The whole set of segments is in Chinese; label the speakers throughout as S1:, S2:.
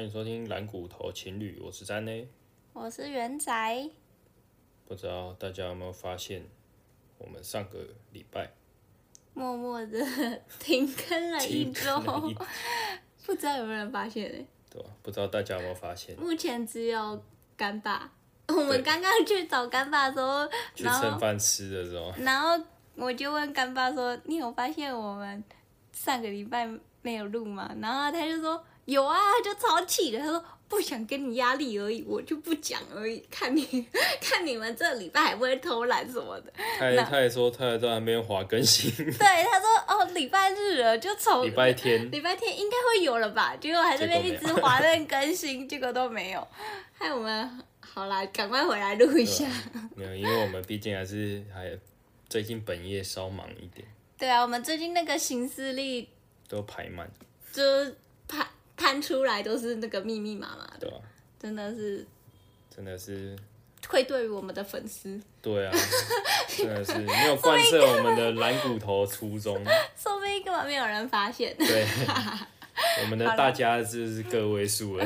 S1: 迎收听蓝骨头情侣，我是詹呢。
S2: 我是元仔，
S1: 不知道大家有没有发现，我们上个礼拜
S2: 默默的 停更了一
S1: 停
S2: 周
S1: 更，了一
S2: 不知道有没有人发现呢、
S1: 对吧？不知道大家有没有发 现，
S2: 目前只有干爸，我们刚刚去找干爸的时候，
S1: 去
S2: 然
S1: 蹭
S2: 后
S1: 饭吃的 时候，
S2: 然后我就问干爸说：“你有发现我们上个礼拜没有录吗？”然后他就说：“有啊。”他就超气的，他说：“不想给你压力而已，我就不讲而已，看你 看你们这礼拜还不会偷懒什么的。”
S1: 他还他还说他还在那边滑更 新，
S2: 对，他说：“哦，礼拜日了，就从
S1: 礼拜天
S2: 礼拜天应该会有了吧？结果还在那边一直滑嫩更新，结果都没有，害我们好啦，赶快回来录一下。
S1: 没有，因为我们毕竟还是还最近本业稍忙一点，
S2: 对啊，我们最近那个行事历
S1: 都排满，
S2: 就是摊摊出来都是那个密密麻麻的，
S1: 对吧？
S2: 真的是
S1: 真的是，
S2: 愧对于我们的粉丝，
S1: 对啊，真的是没 有贯彻我们的蓝骨头初衷。
S2: 说不定根本没有人发现，
S1: 对， 我们的大家就是个位数了，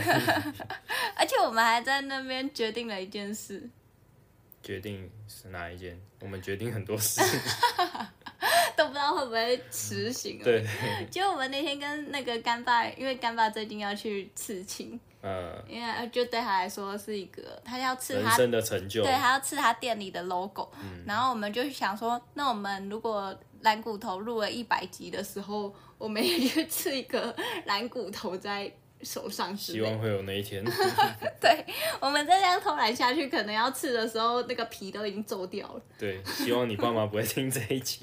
S2: 而且我们还在那边决定了一件事，
S1: 决定是哪一件，我们决定很多 事，
S2: 都不知道会不会实行、啊。
S1: 对，
S2: 结果我们那天跟那个干爸，因为干爸最近要去刺青，
S1: 呃，
S2: 因为就对他来说是一个，他要刺
S1: 人
S2: 他
S1: 生的成就，
S2: 对，还要吃他店里的 logo、然后我们就想说，那我们如果蓝骨头入了一百集的时候，我们也就吃一个蓝骨头在手上之
S1: 希
S2: 类。
S1: 望会有那一 天，
S2: 对，我们再这样偷懒下去，可能要吃的时候那个皮都已经皱掉了。
S1: 对，希望你爸妈不会听这一集，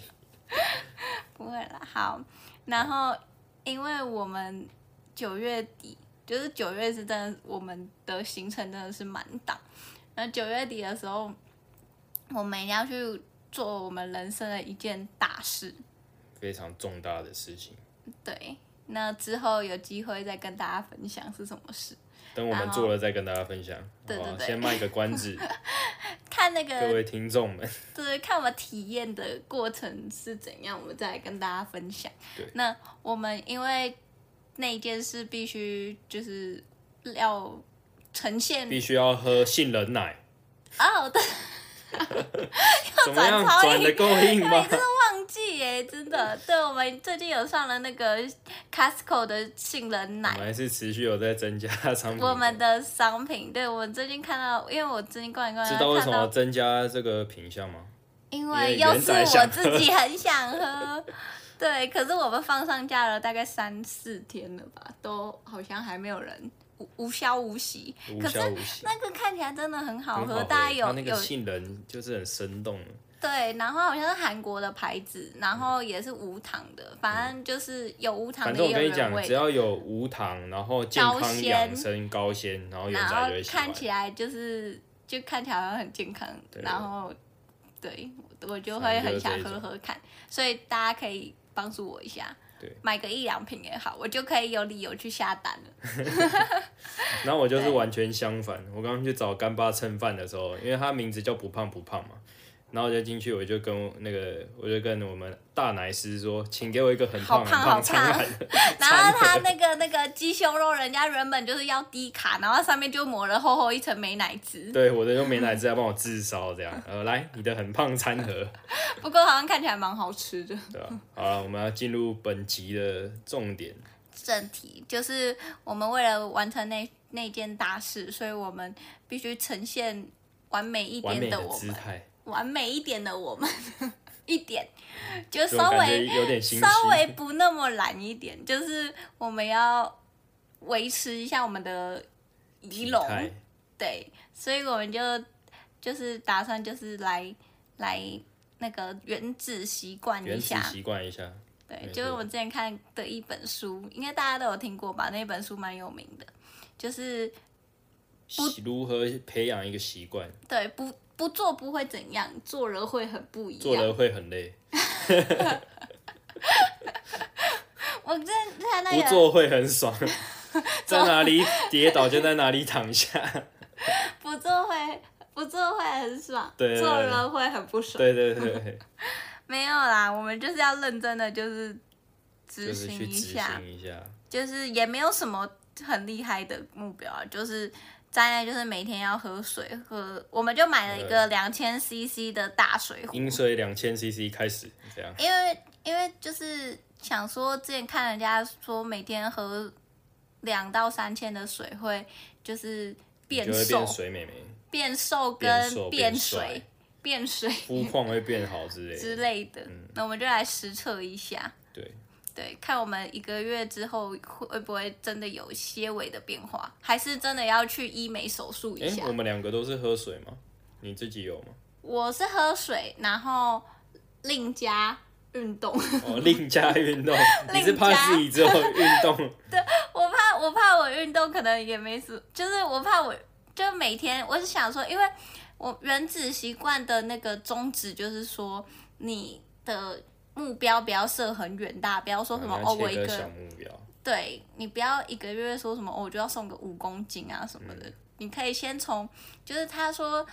S2: 不会啦，好。然后因为我们九月底，就是九月是真的，我们的行程真的是满档。然后九月底的时候，我们要去做我们人生的一件大事。
S1: 非常重大的事情。
S2: 对，那之后有机会再跟大家分享是什么事。
S1: 等我们
S2: 然后
S1: 做了再跟大家分享，好
S2: 对
S1: 不好？
S2: 对对
S1: 先卖个关 子，
S2: 看那
S1: 各
S2: 个，
S1: 位听众们，
S2: 就是看我们体验的过程是怎样，我们再来跟大家分享
S1: 对。
S2: 那我们因为那一件事必须就是要呈现
S1: 必须要喝杏仁 奶，
S2: 哦，对，
S1: 怎么 样？
S2: 转超
S1: 转的够硬 吗？
S2: 忘记耶，真
S1: 嗯
S2: 的。对，我们最近有上了那个 Costco 的杏仁
S1: 我
S2: 奶
S1: 们，还是持续有在增加商品，
S2: 我们的商品。对，我最近看到，因为我最近逛一逛，
S1: 知道为什
S2: 看
S1: 么
S2: 到
S1: 增加这个品相吗？
S2: 因
S1: 因为
S2: 为又
S1: 元
S2: 是
S1: 仔
S2: 我
S1: 想
S2: 自 己很想喝，对，可是我们放上架了大概三四天了吧，都好像还没有人无无消无息。
S1: 无
S2: 可是
S1: 消无息。
S2: 那个看起来真的很好
S1: 很
S2: 喝，
S1: 好
S2: 大家
S1: 喝它
S2: 有
S1: 那
S2: 有
S1: 个杏仁就是很生动，
S2: 对，然后好像是韩国的牌子，然后也是无糖的，反正就是有无糖
S1: 反
S2: 的
S1: 正我
S2: 也
S1: 跟你
S2: 有人
S1: 讲，
S2: 味
S1: 只
S2: 的，
S1: 要有无糖，然后健
S2: 高
S1: 康
S2: 纤
S1: 养生高纤，然后元
S2: 然
S1: 仔
S2: 后
S1: 就会喜欢
S2: 看。起来就是就看起来好像很健康，
S1: 对
S2: 然后对我我就
S1: 反
S2: 会
S1: 正
S2: 很
S1: 就是
S2: 想
S1: 这一
S2: 喝
S1: 种
S2: 喝看，所以大家可以帮助我一下。
S1: 对，
S2: 买个一两瓶也好，我就可以有理由去下单 了。
S1: 然后我就是
S2: 对
S1: 完全相反，我刚刚去找干爸蹭饭的时候，因为他名字叫不胖不胖嘛，然后我就进去，我就跟那个，我就跟我们大奶师说，请给我一个很
S2: 好
S1: 胖很
S2: 胖好
S1: 苍
S2: 胖
S1: 兰，
S2: 然后他那个那个鸡胸肉，人家原本就是要低卡，然后上面就抹了厚厚一层美奶汁，
S1: 对我的用美奶汁来帮我自烧这样，呃，来你的很胖餐盒，
S2: 不过好像看起来蛮好吃的。
S1: 对吧、好了，我们要进入本集的重点，
S2: 正题就是我们为了完成那那件大事，所以我们必须呈现完美一
S1: 完
S2: 点
S1: 美
S2: 的
S1: 的
S2: 我
S1: 姿
S2: 们，
S1: 态，
S2: 完美一点的我们， 一点就
S1: 就
S2: 稍
S1: 感
S2: 微
S1: 觉有点心虚，
S2: 稍微不那么懒一点，就是我们要维持一下我们的仪
S1: 体
S2: 容，
S1: 态
S2: 对，所以我们就就是打算就是来来那个原子习惯一
S1: 原始
S2: 下，
S1: 习惯一下，
S2: 对
S1: 没，
S2: 就是
S1: 错
S2: 我之前看的一本书，应该大家都有听过吧？那本书蛮有名的，就是
S1: 习如何培养一个习惯，
S2: 对不不做不会怎样，做了会很不一
S1: 做
S2: 样。
S1: 了会很累，
S2: 我之前看那
S1: 不
S2: 个
S1: 做会很 爽，在哪里跌倒就在哪里躺 下。
S2: 不做会不做会很爽，
S1: 对对对
S2: 做了会很不爽。
S1: 对对对 对，
S2: 没有啦，我们就是要认真的，就是
S1: 就
S2: 执
S1: 是
S2: 行
S1: 去
S2: 一
S1: 执
S2: 下，
S1: 行一下。
S2: 就是也没有什么很厉害的目标啊，就是在内就是每天要喝水，喝我们就买了一个两千 CC 的大水壶，
S1: 饮水两千 CC 开始这样。
S2: 因为因为就是想说之前看人家说每天喝两到三千的水会就是
S1: 你
S2: 变
S1: 就会
S2: 瘦
S1: 变、水妹妹，
S2: 变瘦
S1: 变
S2: 跟
S1: 瘦
S2: 变
S1: 变
S2: 水
S1: 帅、
S2: 变水
S1: 肤况会变好之类
S2: 之
S1: 的。
S2: 类的。
S1: 嗯
S2: 那我们就来实测一下，
S1: 对，
S2: 对，看我们一个月之后会不会真的有些微的变化，还是真的要去医美手术一
S1: 哎、
S2: 下。
S1: 我们两个都是喝水吗？你自己 有吗？
S2: 我是喝水，然后另加运动。
S1: 哦，另加运动，你是
S2: 另
S1: 怕
S2: 加
S1: 自己只有运动？
S2: 我怕我怕我运动可能也没什么，就是我怕我就每天我是想说，因为我原子习惯的那个宗旨就是说，你的目标不要设很远大，不要说什么、
S1: 啊你嗯要
S2: 哦
S1: 切
S2: 我一
S1: 割
S2: 个
S1: 小目标，
S2: 对你不要一个月说什么、哦我就要送个五公斤啊什么
S1: 嗯
S2: 的，你可以先从就是他说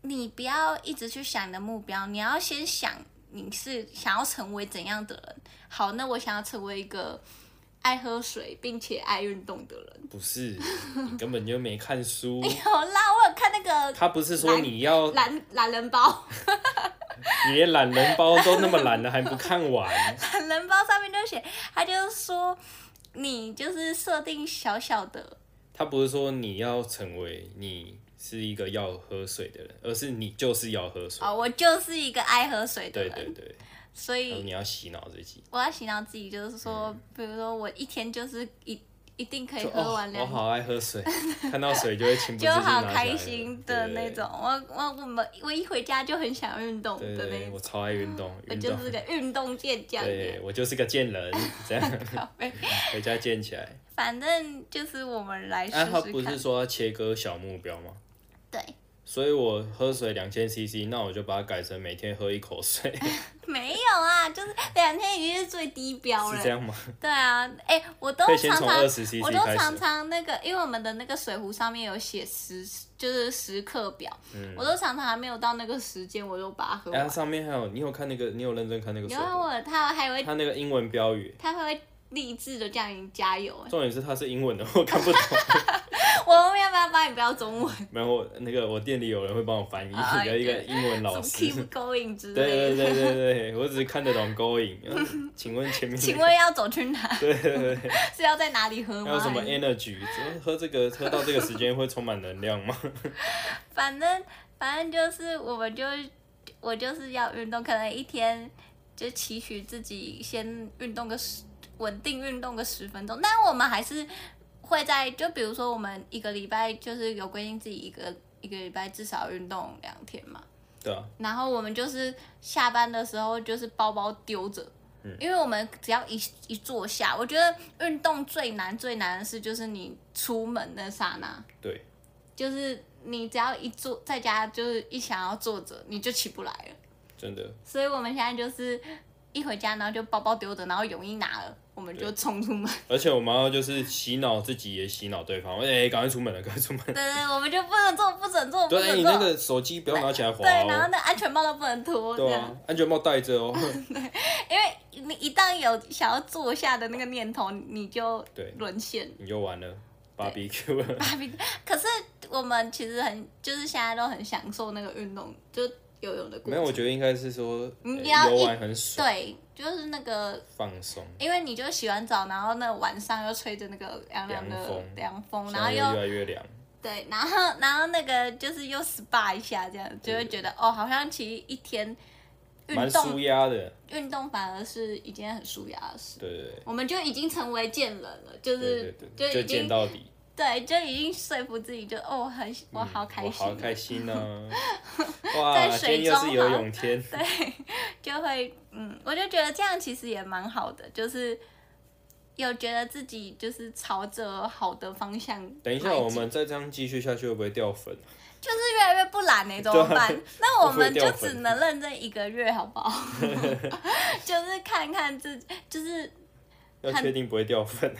S2: 你不要一直去想你的目标，你要先想你是想要成为怎样的人。好，那我想要成为一个爱喝水并且爱运动的人。
S1: 不是，你根本就没看书。
S2: 有啦， 我有看 那个
S1: 他不是说
S2: 懒
S1: 你要
S2: 懒懒人包，
S1: 你连懒人包都那么懒了，还不看完？
S2: 懒人包上面就写，他就是说你就是设定小小的
S1: 他不是说你要成为你是一个要喝水的人，而是你就是要喝水。
S2: 哦，我就是一个爱喝水的
S1: 对嗯
S2: 人，
S1: 对对，
S2: 所
S1: 然后
S2: 以
S1: 你要洗脑自己。
S2: 我要洗脑自己，就是说，比如说我一天就是一一定可以
S1: 就
S2: 喝
S1: 哦
S2: 完，
S1: 我
S2: 两。
S1: 好爱喝 水，看到水就会情不自
S2: 就
S1: 禁拿起
S2: 好
S1: 来
S2: 开心的
S1: 对对
S2: 那
S1: 对
S2: 种，我我我们我一回家就很想运动
S1: 对
S2: 的
S1: 对
S2: 那
S1: 对，我
S2: 种，
S1: 超爱运动，
S2: 我
S1: 运
S2: 就
S1: 动。
S2: 是个运动健将。
S1: 对，我就是个贱人，这样
S2: 靠背
S1: 回家建起 来。
S2: 反正就是我们来试
S1: 啊，他
S2: 试
S1: 不
S2: 看
S1: 是。说要切割小目标吗？
S2: 对，
S1: 所以我喝水两千 CC，那我就把它改成每天喝一口水，
S2: 没有啊，就是两天已经是最低标
S1: 是这
S2: 了。
S1: 样吗？
S2: 对啊，哎、我都
S1: 可以先
S2: 常
S1: 从
S2: 常
S1: 二十 CC
S2: 我都
S1: 开
S2: 常
S1: 始。
S2: 常那个，因为我们的那个水壶上面有写时，就是时刻表，
S1: 嗯
S2: 我都常常还没有到那个时间，我就把它喝
S1: 哎，它
S2: 完。
S1: 上面还有，你有看那个，你有认真看那个水
S2: 然
S1: 壶
S2: 后？啊我他还会，
S1: 它那个英文标语，
S2: 他会励志的叫你加油、哎，
S1: 重点是它是英文的，我看不懂。
S2: 我们要不要帮你标中文
S1: 没有，我那个我店里有人会帮我翻译，
S2: 啊
S1: 有一个英文
S2: 什
S1: 老
S2: 么
S1: 师。
S2: keep going 之类的？
S1: 对对对对对，我只是看得懂勾引。嗯请问前面
S2: 请问要走去哪？
S1: 对对对，
S2: 是要在哪里喝
S1: 还
S2: 吗？
S1: 有什么
S2: 还是
S1: energy？怎么喝这个喝到这个时间会充满能量吗？
S2: 反正反正就是，我们就我就是要运动，可能一天就期许自己先运动个十，稳定运动个十分钟。但我们还是会在，就比如说我们一个礼拜就是有规定自己一个一个礼拜至少要运动两天嘛。
S1: 对啊，
S2: 然后我们就是下班的时候就是包包丢着，
S1: 嗯
S2: 因为我们只要一一坐下，我觉得运动最难最难的是就是你出门那刹那，
S1: 对，
S2: 就是你只要一坐在家就是一想要坐着你就起不来了，
S1: 真的。
S2: 所以我们现在就是一回家然后就包包丢着，然后泳衣拿了，我们就冲出门，
S1: 而且我们要就是洗脑自己，也洗脑对方。哎、赶快出门了，赶快 出门
S2: 对对，我们就不能坐，不准坐，不
S1: 对，哎
S2: 准
S1: 你
S2: 坐，
S1: 那个手机不要拿起来滑
S2: 对，然后
S1: 哦。
S2: 那安全帽都不能脱，这
S1: 对
S2: 样。
S1: 啊，安全帽戴着哦。
S2: 因为你一旦有想要坐下的那个念头，你就
S1: 对
S2: 沦陷。
S1: 你就完了，BBQ 了。
S2: 可是我们其实很，就是现在都很享受那个运动，就游泳的过程。
S1: 没有，我觉得应该是说、
S2: 你
S1: 呃
S2: 要
S1: 游
S2: 一
S1: 玩很爽，
S2: 对，就是那个，
S1: 放松，
S2: 因为你就洗完澡，然后那晚上又吹着那个凉凉
S1: 凉
S2: 的
S1: 风
S2: 凉风，
S1: 现
S2: 然后
S1: 在
S2: 又
S1: 又越来越凉。
S2: 对，然后然后那个就是又 SPA 一下，这样就会觉得哦，好像其实一天
S1: 蛮
S2: 运
S1: 舒
S2: 动
S1: 压的，
S2: 运动反而是一件很舒压的事。
S1: 对对
S2: 我们就已经成为贱人了，就
S1: 对
S2: 是
S1: 对对，
S2: 就
S1: 就
S2: 已经
S1: 见到底，嗯
S2: 对，就已经说服自己就，哦，我很喜我好开
S1: 我
S2: 心，
S1: 好开心呢！ 哇，
S2: 在
S1: 今
S2: 水
S1: 天又是
S2: 中啊
S1: 游
S2: 好
S1: 泳 天，
S2: 就会嗯，我就觉得这样其实也蛮好的，就是有觉得自己就是朝着好的方向迈进。
S1: 等一下我们再这样继续下去会不会掉粉？
S2: 就是越来越不懒呢、怎么办？ 那我们
S1: 啊会不
S2: 就
S1: 会掉
S2: 只
S1: 粉
S2: 能认真一个月，好不好？ 就是看看自己，就是
S1: 要
S2: 看
S1: 确定不会掉 粉，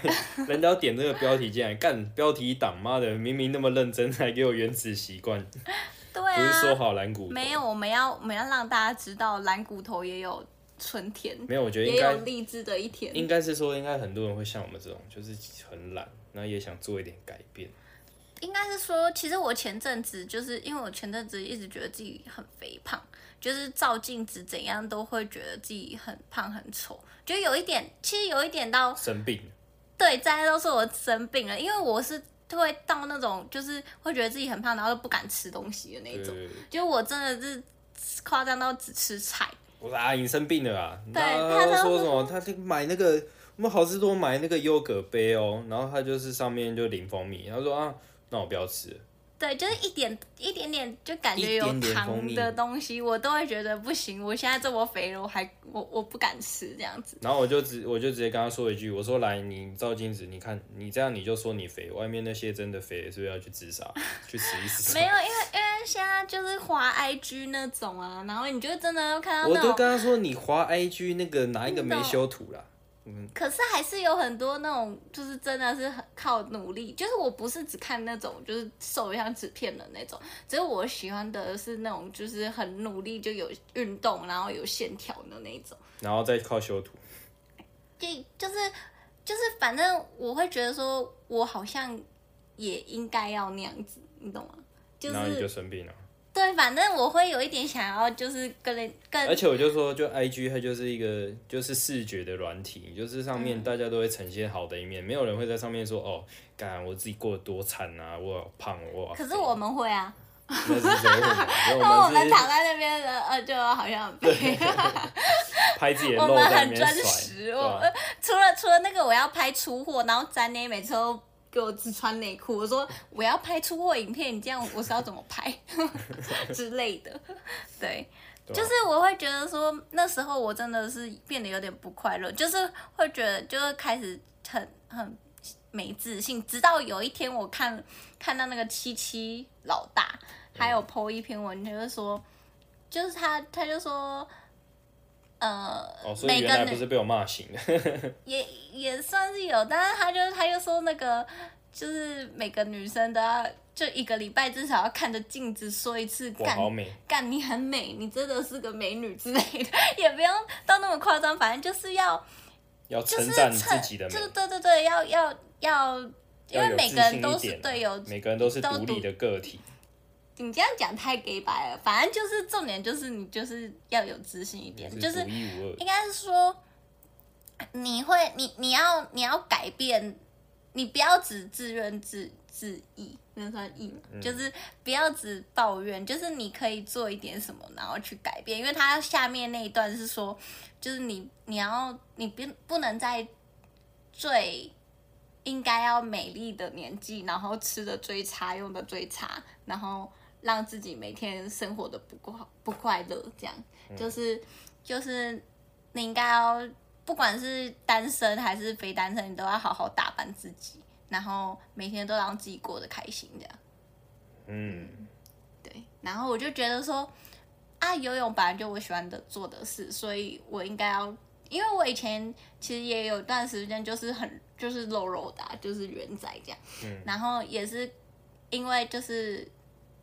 S1: 人家要点这个标题进来，干标题党妈的，明明那么认真，还给我原子习惯，
S2: 对
S1: 不是说
S2: 啊，
S1: 好蓝骨头
S2: 没有，我们要我们要让大家知道，蓝骨头也有春天，
S1: 没有，我觉得应
S2: 也有
S1: 该
S2: 励志的一天。
S1: 应该是说，应该很多人会像我们这种，就是很懒，然后也想做一点改变。
S2: 应该是说，其实我前阵子就是因为我前阵子一直觉得自己很肥胖，就是照镜子怎样都会觉得自己很胖很丑，就有一点，其实有一点到
S1: 生病，
S2: 对，大家都说我生病了，因为我是会到那种就是会觉得自己很胖，然后都不敢吃东西的那一种，
S1: 对
S2: 就我真的是夸张到只吃菜，
S1: 我说阿姨生病了啊，
S2: 对
S1: 然后
S2: 他
S1: 她
S2: 都
S1: 说什么？她去买那个我们好事多买那个优格杯哦，然后她就是上面就淋蜂蜜，她说啊，那我不要吃了，
S2: 对，就是一点一点点，就感觉
S1: 一
S2: 有
S1: 点点蜂
S2: 糖
S1: 蜜
S2: 的东西，我都会觉得不行。我现在这么肥了，我还我我不敢吃这样子。
S1: 然后我就直我就直接跟她说一句，我说来，你照镜子，你看你这样你就说你肥，外面那些真的肥的是不是要去自杀，去死一死？
S2: 没有，因为因为现在就是滑 IG 那种啊，然后你就真的看到
S1: 我
S2: 那
S1: 就
S2: 种，
S1: 跟她说你滑 IG 那个哪一个没修图啦？
S2: 可是还是有很多那种，就是真的是很靠努力。就是我不是只看那种，就是瘦得像纸片的那种，只是我喜欢的是那种，就是很努力就有运动，然后有线条的那一种。
S1: 然后再靠修图，
S2: 就就是就是，反正我会觉得说，我好像也应该要那样子，你懂吗？就
S1: 然后你
S2: 是
S1: 就生病了。
S2: 对，反正我会有一点想要，就是跟人
S1: 而
S2: 跟
S1: 且我就说，就 I G 它就是一个就是视觉的软体，就是上
S2: 嗯
S1: 面大家都会呈现好的一面，没有人会在上面说哦，干我自己过得多惨啊，我好胖，我好肥。
S2: 可是我们会啊，
S1: 那是谁会 管？因为
S2: 那
S1: 我
S2: 我
S1: 们
S2: 们
S1: 是
S2: 躺在那边的，呃，就好像很被
S1: 拍自己的
S2: 我
S1: 肉
S2: 们
S1: 在那
S2: 很
S1: 边
S2: 真
S1: 甩，
S2: 实。
S1: 对啊吧
S2: 我呃除了除了那个我要拍出货，然后詹妮每次都给我只穿内裤，我说我要拍出货影片，你这样我是要怎么拍 之类的，对。
S1: 对吧啊
S2: 就是我会觉得说，那时候我真的是变得有点不快乐，就是会觉得就是开始很很没自信，直到有一天我看看到那个七七老大，还
S1: 嗯
S2: 有 PO 一篇文，就是说，就是他他就说，呃，
S1: 哦，所以
S2: 每
S1: 原
S2: 个
S1: 来
S2: 人
S1: 不是被我骂 醒的，
S2: 也也算是有，但是他就他就说那个就是每个女生都要就一个礼拜至少要看着镜子说一次
S1: 我
S2: 干
S1: 好美，
S2: 干你很美，你真的是个美女之类的，也不用到那么夸张，反正就是要
S1: 要
S2: 就
S1: 称
S2: 是
S1: 赞
S2: 趁
S1: 自己的美
S2: 就，对对对，要要要，因
S1: 要
S2: 为
S1: 有
S2: 每
S1: 自
S2: 个人
S1: 信
S2: 都
S1: 一
S2: 是
S1: 点啊
S2: 对有，
S1: 每个人都是
S2: 都
S1: 独立
S2: 独
S1: 的个体，
S2: 你这样讲太 gay 白了，反正就是重点就是你就是要有自信一点，
S1: 你
S2: 就是
S1: 独一无二
S2: 应该是说，你会你你要你要改变，你不要只自怨自自艾，那算艾吗？就是不要只抱怨，就是你可以做一点什么，然后去改变。因为他下面那一段是说，就是你你要你不不能在最应该要美丽的年纪，然后吃的最差，用的最差，然后让自己每天生活的不过不快乐，这样就是。就是你应该要，不管是单身还是非单身，你都要好好打扮自己，然后每天都让自己过得开心，这样
S1: 嗯，
S2: 对。然后我就觉得说，啊，游泳本来就我喜欢的做的事，所以我应该要，因为我以前其实也有段时间就是很就是肉肉的啊、就是圆仔这样，
S1: 嗯
S2: 然后也是因为就是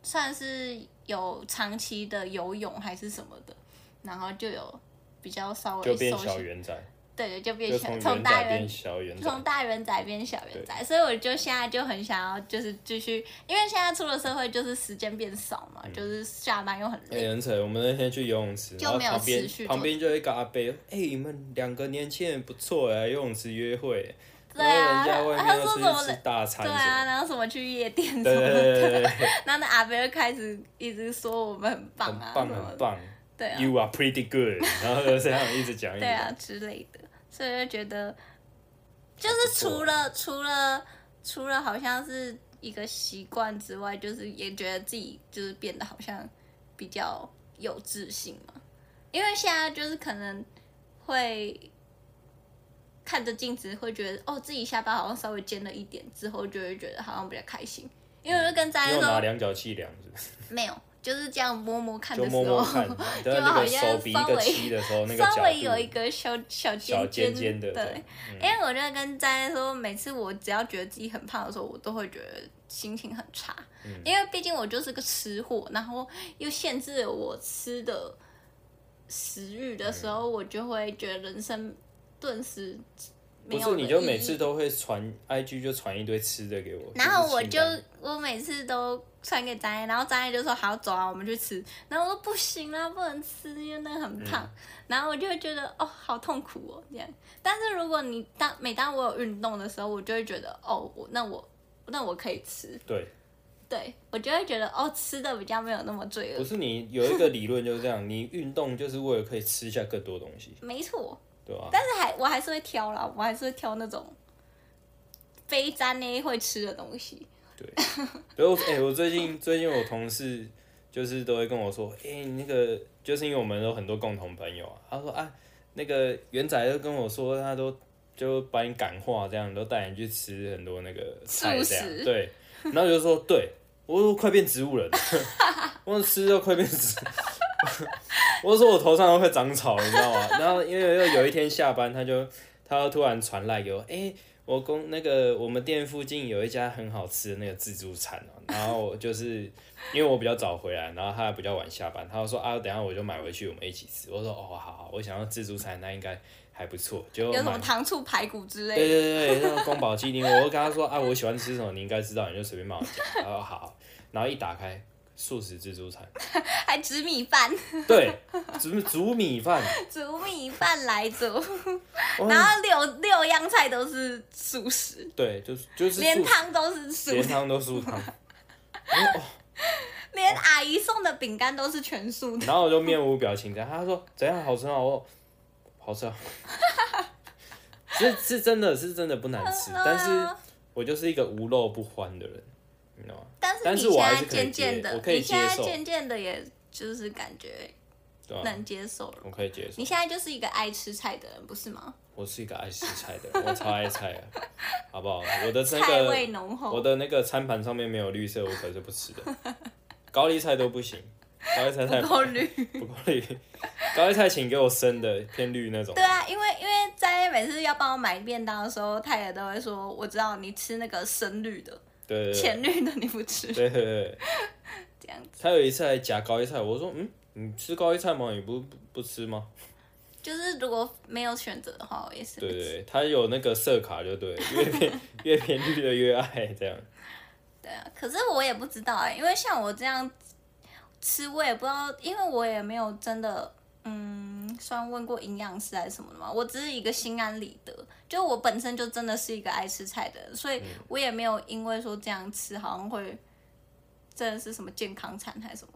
S2: 算是有长期的游泳还是什么的，然后就有比较稍微
S1: 就变
S2: 瘦
S1: 小
S2: 些
S1: 圆仔，
S2: 对，就变
S1: 就
S2: 小，
S1: 从
S2: 从
S1: 圆
S2: 大
S1: 仔
S2: 圆
S1: 变小圆仔
S2: 从，大圆仔变小圆仔，所以我就现在就很想要，就是继续，因为现在出了社会，就是时间变少嘛，就是下班又很
S1: 嗯哎、
S2: 累。
S1: 很扯！我们那天去游泳池，
S2: 就
S1: 然后
S2: 没有
S1: 旁边
S2: 持续做
S1: 旁边就有一个阿伯，哎、你们两个年轻人不错哎，游泳池约会，
S2: 对
S1: 然
S2: 啊
S1: 后人家外
S2: 他
S1: 面
S2: 说
S1: 又
S2: 什么啊
S1: 是吃大餐
S2: 对
S1: 什
S2: 啊，
S1: 么的，
S2: 然后什么去夜店什么
S1: 对对对
S2: 的，
S1: 对对对对，
S2: 然后那阿贝就开始一直说我们很棒
S1: 很
S2: 啊，
S1: 棒
S2: 什么
S1: 很
S2: 的，
S1: 棒
S2: 对啊，
S1: ，You are pretty good，然后就这样一直讲一直
S2: 对啊
S1: 讲，
S2: 之类的，所以就觉得，就是除了除了除了好像是一个习惯之外，就是也觉得自己就是变得好像比较有自信嘛，因为现在就是可能会看着镜子会觉得哦自己下巴好像稍微尖了一点，之后就会觉得好哦像比较开心，因为我就跟大家
S1: 又拿
S2: 说
S1: 量角器量是不是，
S2: 没有，就是这样摸摸看
S1: 就
S2: 的时
S1: 摸
S2: 候。
S1: 摸看， 你知道那
S2: 好
S1: 个
S2: 像
S1: 手比一
S2: 稍
S1: 个
S2: 微
S1: 七的时候，那个
S2: 稍微有
S1: 角
S2: 一
S1: 度，
S2: 个小小
S1: 小尖
S2: 尖尖
S1: 尖的
S2: 对
S1: 对，
S2: 因为我就跟詹说，每次我只要觉得自己很胖的时候，我都会觉得心情很差，
S1: 嗯
S2: 因为毕竟我就是个吃货，然后又限制了我吃的
S1: 嗯
S2: 食欲的时候，我就会觉得人生顿时没
S1: 不
S2: 有
S1: 是，
S2: 了
S1: 你就
S2: 意
S1: 每
S2: 义
S1: 次都会传 IG 就传一堆吃的给我，
S2: 然后我
S1: 是
S2: 就
S1: 清单
S2: 我每次都传给张爱，然后张爱就说好走啊，我们去吃。然后我说不行啦，不能吃，因为那个
S1: 嗯
S2: 很胖。然后我就会觉得哦，好痛苦哦这样。但是如果你当每当我有运动的时候，我就会觉得哦，我那我那我可以吃，
S1: 对，
S2: 对我就会觉得哦，吃的比较没有那么罪
S1: 不
S2: 恶。
S1: 是你有一个理论就是这样，你运动就是为了可以吃下更多东西，
S2: 没错，
S1: 对吧、
S2: 但是还我还是会挑啦，我还是会挑那种非沾呢会吃的东西。
S1: 然后哎，我最近最近我同事就是都会跟我说，哎、那个就是因为我们有很多共同朋友啊，他说啊，那个元仔就跟我说，他都就把你感化，这样都带你去吃很多那个菜这样
S2: 素食，
S1: 对，然后我就说对，我说快变植物人了， 我说吃都快变植。我说我头上都会长草，你知道吗？ 然后因为又有一天下班，他就他就突然传来给我，哎、我公那个我们店附近有一家很好吃的那个自助餐哦、然后我就是因为我比较早回来，然后他比较晚下班，他就说啊，等一下我就买回去，我们一起吃。我说哦，好好，我想要自助餐，那应该还不错。结果
S2: 有什
S1: 买
S2: 么糖醋排骨之类
S1: 对
S2: 的，
S1: 对对，那种宫保鸡丁，我就跟他说啊，我喜欢吃什么，你应该知道，你就随便帮我讲。他说好，然后一打开素食自助餐，
S2: 还煮米饭，
S1: 对，煮煮米饭，
S2: 煮米饭来煮。
S1: 哦
S2: 然后六六样菜都是素食，
S1: 对，就是就是
S2: 连
S1: 素
S2: 汤都是素
S1: 连
S2: 的，
S1: 汤都素汤。
S2: 连阿姨送的饼干都是全素的。
S1: 然后我就面无表情这样，他说怎样好吃吗？我好吃啊， 是是真的是真的不难吃，但是
S2: 呃
S1: 我就是一个无肉不欢的人，你知道吗？
S2: 但
S1: 但
S2: 是
S1: 是
S2: 你
S1: 我
S2: 现
S1: 还
S2: 在
S1: 是可以
S2: 渐渐
S1: 接
S2: 的
S1: 我，可以
S2: 你现在
S1: 接受嗯
S2: 渐渐的也就是感觉
S1: 对吧、
S2: 能接受了。
S1: 我可以接受
S2: 你，现在就是一个爱吃菜的人，不是吗？
S1: 我是一个爱吃菜的人，我超爱菜啊，好不好？我的那
S2: 菜味
S1: 个
S2: 浓
S1: 我
S2: 厚，
S1: 的那个餐盘上面没有绿色，我可是不吃的，高丽菜都不行，高丽菜太
S2: 不够 绿。
S1: 不够绿，高丽菜请给我生的偏绿那种
S2: 对，啊，因为因为在每次要帮我买便当的时候，太太都会说：“我知道你吃那个深绿的，
S1: 对对对
S2: 浅绿的你不 吃。
S1: 对对对。”
S2: 这样子
S1: 他有一次还夹高丽菜，我说嗯，你吃高丽菜吗？你不不不吃吗？
S2: 就是如果没有选择的话，我也是
S1: 对对对，他有那个色卡就对了，越偏越偏绿的越爱这样。
S2: 对啊，可是我也不知道哎、因为像我这样吃，我也不知道，因为我也没有真的，嗯，算问过营养师还是什么的嘛。我只是一个心安理得，就我本身就真的是一个爱吃菜的人，所以我也没有因为说这样吃好像会真的是什么健康餐还是什么。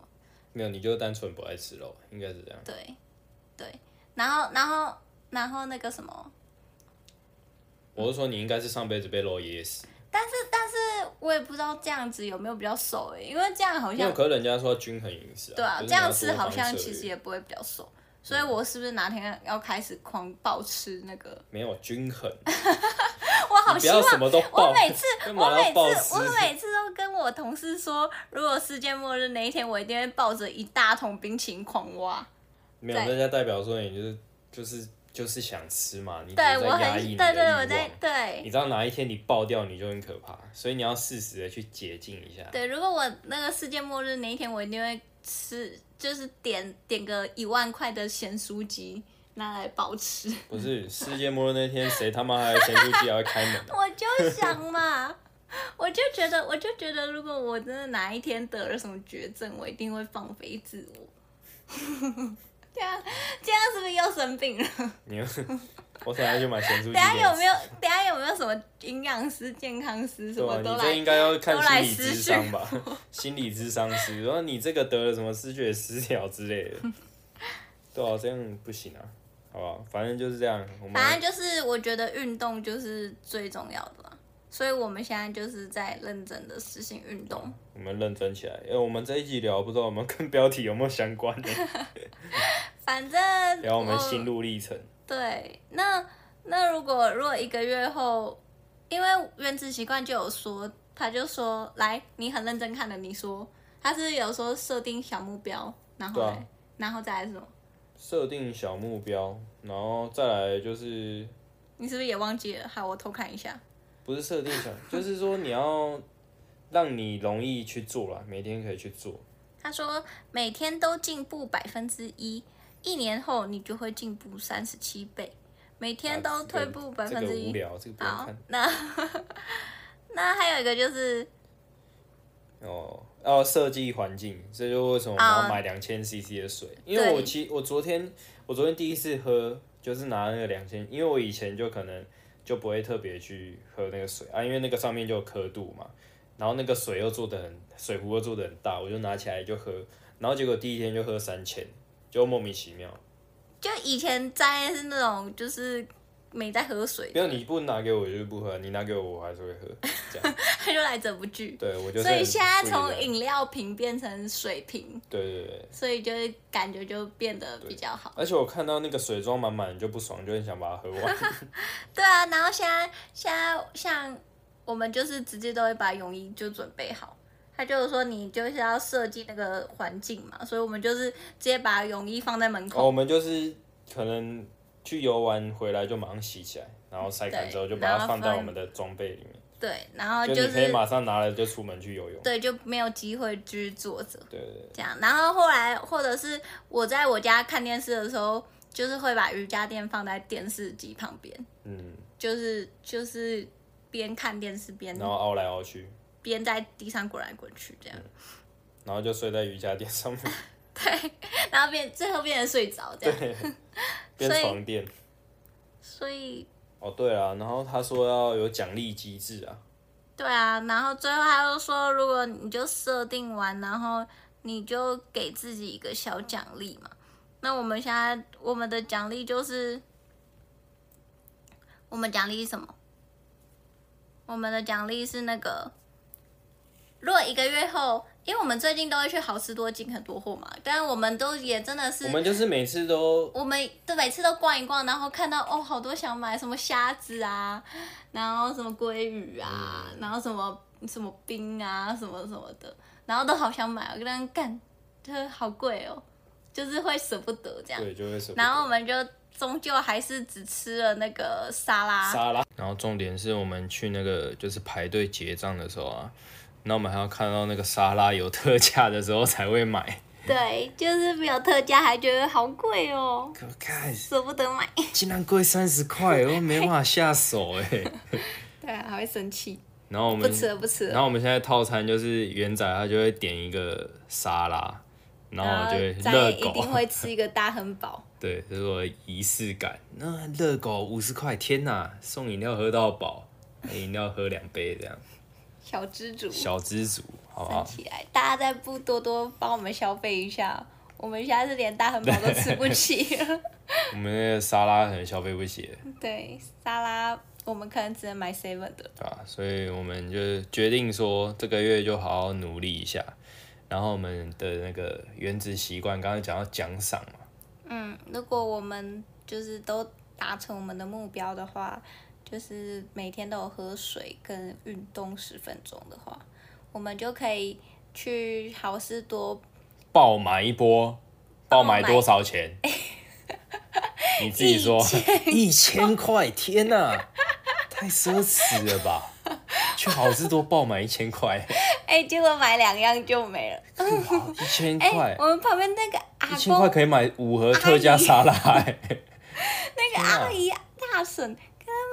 S1: 没有，你就单纯不爱吃肉，应该是这样。
S2: 对，对，然后然后然后那个什么，
S1: 我是说你应该是上辈子被肉噎死，
S2: 我也不知道这样子有没有比较瘦哎、因为这样好
S1: 没
S2: 像
S1: 有，可是人家说要均衡饮食啊。
S2: 对啊，
S1: 就是你
S2: 这
S1: 要
S2: 样
S1: 多
S2: 吃好
S1: 方
S2: 像
S1: 摄
S2: 其实
S1: 入
S2: 也不会比较瘦，所以我是不是哪天要开始狂暴吃那 个？
S1: 没有均衡，
S2: 我好
S1: 你不
S2: 希
S1: 要
S2: 望
S1: 什么都
S2: 我
S1: 爆，
S2: 每次
S1: 干
S2: 我
S1: 嘛
S2: 每
S1: 要暴吃
S2: 次我？每次都跟我同事说，如果世界末日那一天，我一定会抱着一大桶冰淇淋狂挖。
S1: 没有，
S2: 对
S1: 那家代表说你就是就是就是想吃嘛，你只是
S2: 对
S1: 在
S2: 我
S1: 压
S2: 很
S1: 抑你的
S2: 对
S1: 欲
S2: 对，我
S1: 望。
S2: 在对
S1: 你知道哪一天你爆掉，你就很可怕，所以你要适时的去解禁一下。
S2: 对，如果我那个世界末日那一天，我一定会吃，就是点点个一万块的咸酥鸡拿来暴吃。
S1: 不是世界末日那天，谁他妈还咸酥鸡还会开门、啊？
S2: 我就想嘛， 我就觉得，我就觉得，如果我真的哪一天得了什么绝症，我一定会放飞自我。 这样这样是不是又生病了？
S1: 你又我等下就买咸酥鸡
S2: 等
S1: 给
S2: 下
S1: 你
S2: 有没有等下有没有什么营养师、健康师什
S1: 对啊
S2: 么都
S1: 你这
S2: 来？
S1: 应该要看
S2: 都
S1: 心
S2: 来
S1: 理
S2: 私
S1: 智
S2: 讯
S1: 商吧，心理智商师，然后你这个得了什么视觉失调之类 的，对啊，这样不行啊，好不好？反正就是这样，我们
S2: 反正就是我觉得运动就是最重要的啦，所以我们现在就是在认真的实行运动。
S1: 我们认真起来，因为我们这一集聊不知道我们跟标题有没有相关的，
S2: 反正
S1: 聊我们
S2: 哦
S1: 心路历程。
S2: 对，那那如果如果一个月后，因为原子习惯就有说，他就说来，你很认真看的，你说他是有说设定小目标，然后
S1: 对啊
S2: 嘞、然后再来是什么？
S1: 设定小目标，然后再来就是
S2: 你是不是也忘记了？好，我偷看一下。
S1: 不是设定小， 就是说你要让你容易去做啦，每天可以去做。
S2: 他说每天都进步百分之一，一年后你就会进步三十七倍。每天都退步百分
S1: 啊这个
S2: 之
S1: 无
S2: 一。
S1: 聊，这个不用
S2: 好
S1: 看。，
S2: 那 那还有一个就是
S1: 哦哦，设计环境，这就是为什么我们要买两千 CC 的水，因为
S2: 啊对
S1: 我其我昨天我昨天第一次喝，就是拿那个两千，因为我以前就可能就不会特别去喝那个水啊，因为那个上面就有刻度嘛，然后那个水又做的很，水壶又做的很大，我就拿起来就喝，然后结果第一天就喝三千，就莫名其妙。
S2: 就以前在是那种就是没在喝水
S1: 没，有你不拿给我，我就是不喝；你拿给我，我还是会喝。这样，
S2: 他就来者不拒。
S1: 对我就是很不一
S2: 所
S1: 样。
S2: 以现在从饮料瓶变成水瓶，
S1: 对对对，
S2: 所以就是感觉就变得比较好。
S1: 而且我看到那个水装满满就不爽，就很想把它喝 完。
S2: 对啊，然后现在现在像我们就是直接都会把泳衣就准备好，他就是说你就是要设计那个环境嘛，所以我们就是直接把泳衣放在门
S1: 哦，
S2: 口，
S1: 我们就是可能去游玩回来就马上洗起来，然后晒干之后就把
S2: 然
S1: 它
S2: 后
S1: 放到
S2: 放
S1: 我们的装备里面，
S2: 对，然后
S1: 就
S2: 就
S1: 你可以
S2: 是
S1: 马上拿了就出门去游泳。
S2: 对就没有机会继续坐着
S1: 对对
S2: 这样，然后后来或者是我在我家看电视的时候，就是会把瑜伽垫放在电视机旁边，
S1: 嗯，
S2: 就是就是边看电视边
S1: 然后凹来凹去，
S2: 边在地上滚来滚去这样，
S1: 嗯然后就睡在瑜伽垫上面，
S2: 然后变最后变成睡着这样，
S1: 对，变
S2: 所以
S1: 床垫。
S2: 所以
S1: 哦，对啊，然后他说要有奖励机制啊，
S2: 对啊，然后最后他又说，如果你就设定完，然后你就给自己一个小奖励嘛。那我们现在我们的奖励就是，我们奖励是什么？我们的奖励是那个，如果一个月后，因为我们最近都会去好吃多进很多货嘛，但我们都也真的是
S1: 我们就是每次都
S2: 我们都每次都逛一逛，然后看到哦，好多想买什么虾子啊，然后什么鲑鱼啊，
S1: 嗯
S2: 然后什么什么冰啊，什么什么的，然后都好想买，我跟他们干，这好贵哦，就是会舍不得这样。
S1: 对就会舍不得
S2: 然后我们就终究还是只吃了那个沙拉，
S1: 沙拉。啊然后重点是我们去那个就是排队结账的时候啊，那我们还要看到那个沙拉有特价的时候才会买。
S2: 对，就是没有特价，还觉得好贵哦，
S1: 可看，
S2: 舍不得买。
S1: 竟然贵三十块，我没办法下手哎、
S2: 对啊，还会生气，
S1: 然后我
S2: 不
S1: 们，
S2: 吃了不吃
S1: 然
S2: 了。
S1: 后我们现在套餐就是元仔他就会点一个沙拉，然后我就会
S2: 咱也
S1: 热
S2: 一定
S1: 狗，
S2: 会吃一个大亨堡。
S1: 对，这是我的仪式感。那热狗五十块，天哪，送饮料喝到饱，哎饮料喝两杯这样，
S2: 小知足，
S1: 小知足，好不
S2: 升
S1: 好？
S2: 起来，大家再不多多帮我们消费一下，我们现在是连大汉堡都吃不 起了。
S1: 我们那个沙拉可能消费不起，
S2: 对，沙拉我们可能只能买 seven 的。
S1: 对吧？所以我们就决定说，这个月就好好努力一下。然后我们的那个原子习惯，刚刚讲到奖赏嘛，
S2: 嗯，如果我们就是都达成我们的目标的话，就是每天都有喝水跟运动十分钟的话，我们就可以去好事多
S1: 爆买一波，爆
S2: 爆
S1: 买
S2: 买
S1: 多少钱？你自己说，一 千块，天哪、太奢侈了吧！去好事多爆买一千块，
S2: 哎、结果买两样就没了。
S1: 哇一千
S2: 哎、
S1: 块，
S2: 我们旁边那个
S1: 一
S2: 阿
S1: 千块
S2: 公，
S1: 可以买五盒特价沙 拉、哎，
S2: 那个阿
S1: 啊
S2: 姨大婶，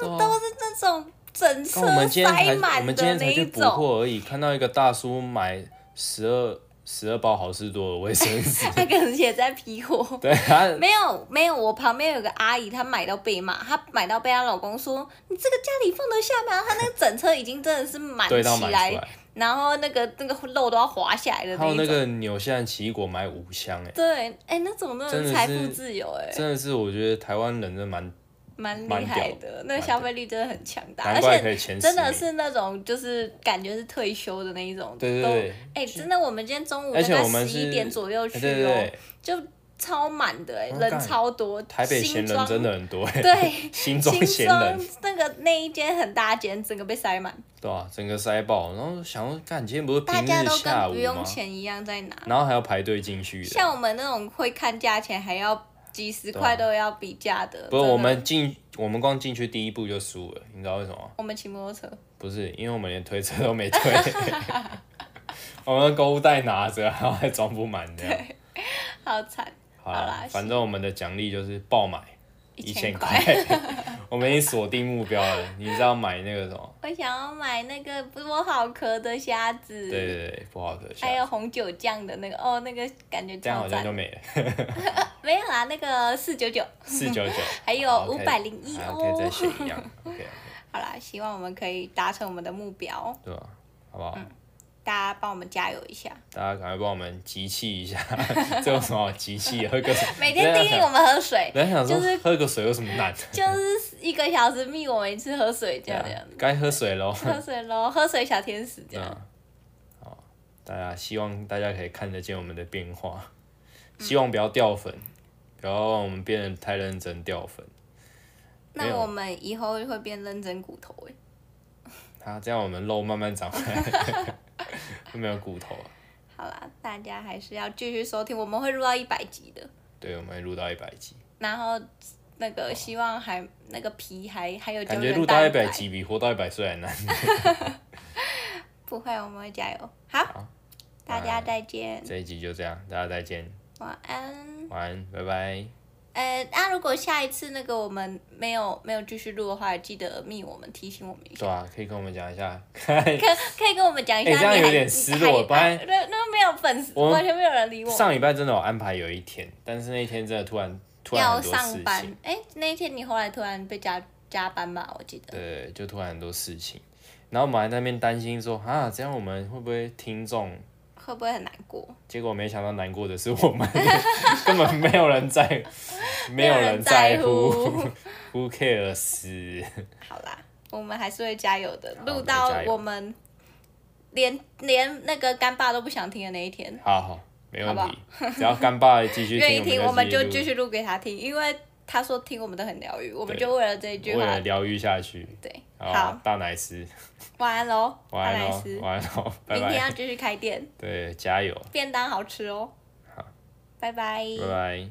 S1: 对啊
S2: 都是那种整车
S1: 刚我们今天
S2: 塞
S1: 才，我
S2: 满
S1: 们今天
S2: 的那
S1: 才去
S2: 一
S1: 补
S2: 种。
S1: 货而已，看到一个大叔买十二十二包好事多的卫生 纸，
S2: 那个人也在批货，
S1: 对他
S2: 没有没有，我旁边有个阿姨，她买到被骂，她买到被她老公说：“你这个家里放得下吗？”她那个整车已经真的是满
S1: 对到
S2: 起
S1: 买
S2: 来
S1: 出，来，
S2: 然后那个那个肉都要滑下来的
S1: 还有
S2: 那
S1: 那
S2: 一种。
S1: 个纽西兰奇异果买五箱、哎，
S2: 对，哎、那种真
S1: 真的
S2: 的
S1: 是
S2: 财富自由、哎，
S1: 真的是我觉得台湾人真的蛮，
S2: 蛮
S1: 蛮
S2: 厉害
S1: 屌
S2: 的，那个
S1: 蛮
S2: 消费力真的很强大，
S1: 难
S2: 啊而
S1: 怪可以
S2: 且
S1: 前十
S2: 真的
S1: 名
S2: 是那种就是感觉是退休的那一种，
S1: 对对
S2: 都
S1: 对，
S2: 哎、真的，我们今天中午
S1: 而
S2: 大
S1: 且
S2: 概
S1: 我们
S2: 十一
S1: 是
S2: 点左右去
S1: 哎
S2: 哦，
S1: 对对对，
S2: 就超满的、哎，
S1: 哦
S2: 人
S1: 干
S2: 超多。
S1: 台北闲人真 的很多、哎，，
S2: 新庄对
S1: 新庄闲
S2: 新
S1: 人，
S2: 那个那一间很大间，整个被塞满，
S1: 对吧、整个塞爆，然后想说，干，今天不是
S2: 大
S1: 平
S2: 家
S1: 日
S2: 都
S1: 下
S2: 跟
S1: 午
S2: 不用
S1: 吗？
S2: 钱一样在拿。
S1: 然后还要排队进去的，
S2: 像我们那种会看价钱，还要几十块
S1: 对
S2: 都要比价的。
S1: 不是
S2: 真的
S1: 我们进，我们光进去第一步就输了，你知道为什么吗？
S2: 我们骑摩托车，
S1: 不是，因为我们连推车都没推， 我们购物袋拿着，然后还装不满这样。
S2: 好惨。
S1: 好
S2: 好啦
S1: 啦，
S2: 是
S1: 反正我们的奖励就是爆买，
S2: 一
S1: 千
S2: 千
S1: 块
S2: 块。，
S1: 我们已经锁定目标了。你知道买那个什么？
S2: 我想要买那个剥好壳的虾子，
S1: 对对对，不好的下
S2: 还，有红酒酱的那个，哦，那个感觉
S1: 这样
S2: 超
S1: 好像
S2: 赞
S1: 就。没了。
S2: 没有啊，那个四九九，
S1: 四 九九，
S2: 还有
S1: 好可以
S2: 501
S1: 啊
S2: 哦
S1: 可以再写一样，OK，
S2: 好啦，希望我们可以达成我们的目标，
S1: 对吧？好不好？
S2: 嗯大家帮我们加油一下。
S1: 大家赶快帮我们集气一下，这有什么好集气的？喝个水
S2: 每天定义我们喝水，
S1: 人家想
S2: 就是
S1: 说喝个水有什么难？
S2: 就是一个小时密我们一次喝水这
S1: 对
S2: 样
S1: 啊
S2: 这样子，
S1: 该喝水喽。
S2: 喝 水喽，喝水小天使
S1: 嗯，
S2: 这样。
S1: 好，大家希望大家可以看得见我们的变化， 希望不要掉粉，不要让我们变得太认真掉粉。没
S2: 那
S1: 有
S2: 我们以后会变认真骨头哎、
S1: 啊，这样我们肉慢慢长回来， 就没有骨头啊。
S2: 好啦，大家还是要继续收听，我们会录到一百集的。
S1: 对，我们会录到一百集，
S2: 然后那个希望还那个皮还还有
S1: 感
S2: 胶
S1: 觉
S2: 原
S1: 录到一
S2: 蛋
S1: 百
S2: 白，
S1: 集比活到一百岁还难。
S2: 不会，我们会加油。好，
S1: 好
S2: 大家再见，
S1: 这一集就这样，大家再见，
S2: 晚安。
S1: 晚安，拜拜。
S2: 呃，那、如果下一次那个我们没有没有继续录的话，记得密我们提醒我们一下。
S1: 对啊，可以跟我们讲一下，
S2: 可可以跟我们讲一下
S1: 哎
S2: 你
S1: 这
S2: 还，
S1: 样有
S2: 你
S1: 点失落
S2: 还
S1: 不然
S2: 那那没有粉丝，
S1: 我们
S2: 完全没有人理我。
S1: 上礼拜真的有安排有一天，但是那一天真的突然突然
S2: 要
S1: 很多
S2: 上
S1: 事情
S2: 班，，哎、那一天你后来突然被加加班吧，我记得。
S1: 对，就突然很多事情，然后我们还在那边担心说啊，这样我们会不会听众？
S2: 会不会很难过？
S1: 结果没想到难过的是我们， 根本没有人在，没有人在乎 ，Who cares？
S2: 好啦，我们还是会加油的，
S1: 我
S2: 录
S1: 们
S2: 到
S1: 加油
S2: 我们连连那个干爸都不想听的那一天，
S1: 好好，没问
S2: 好不
S1: 题，只要干爸继续
S2: 愿意
S1: 听，
S2: 听我
S1: 我
S2: 们
S1: 们
S2: 就
S1: 继
S2: 继
S1: 续
S2: 续录给他听，因为他说听我们都很疗愈，我们
S1: 对
S2: 就为了这一句
S1: 录为了
S2: 话，
S1: 疗愈下去。
S2: 对，
S1: 好
S2: 好，，
S1: 大奶师，
S2: 晚安喽，
S1: 晚安
S2: 莱
S1: 喽
S2: 斯，，
S1: 晚安 喽，拜
S2: 明天要
S1: 拜。
S2: 继续开店，
S1: 对，加油，
S2: 便当好吃哦，
S1: 好，
S2: 拜拜，
S1: 拜拜。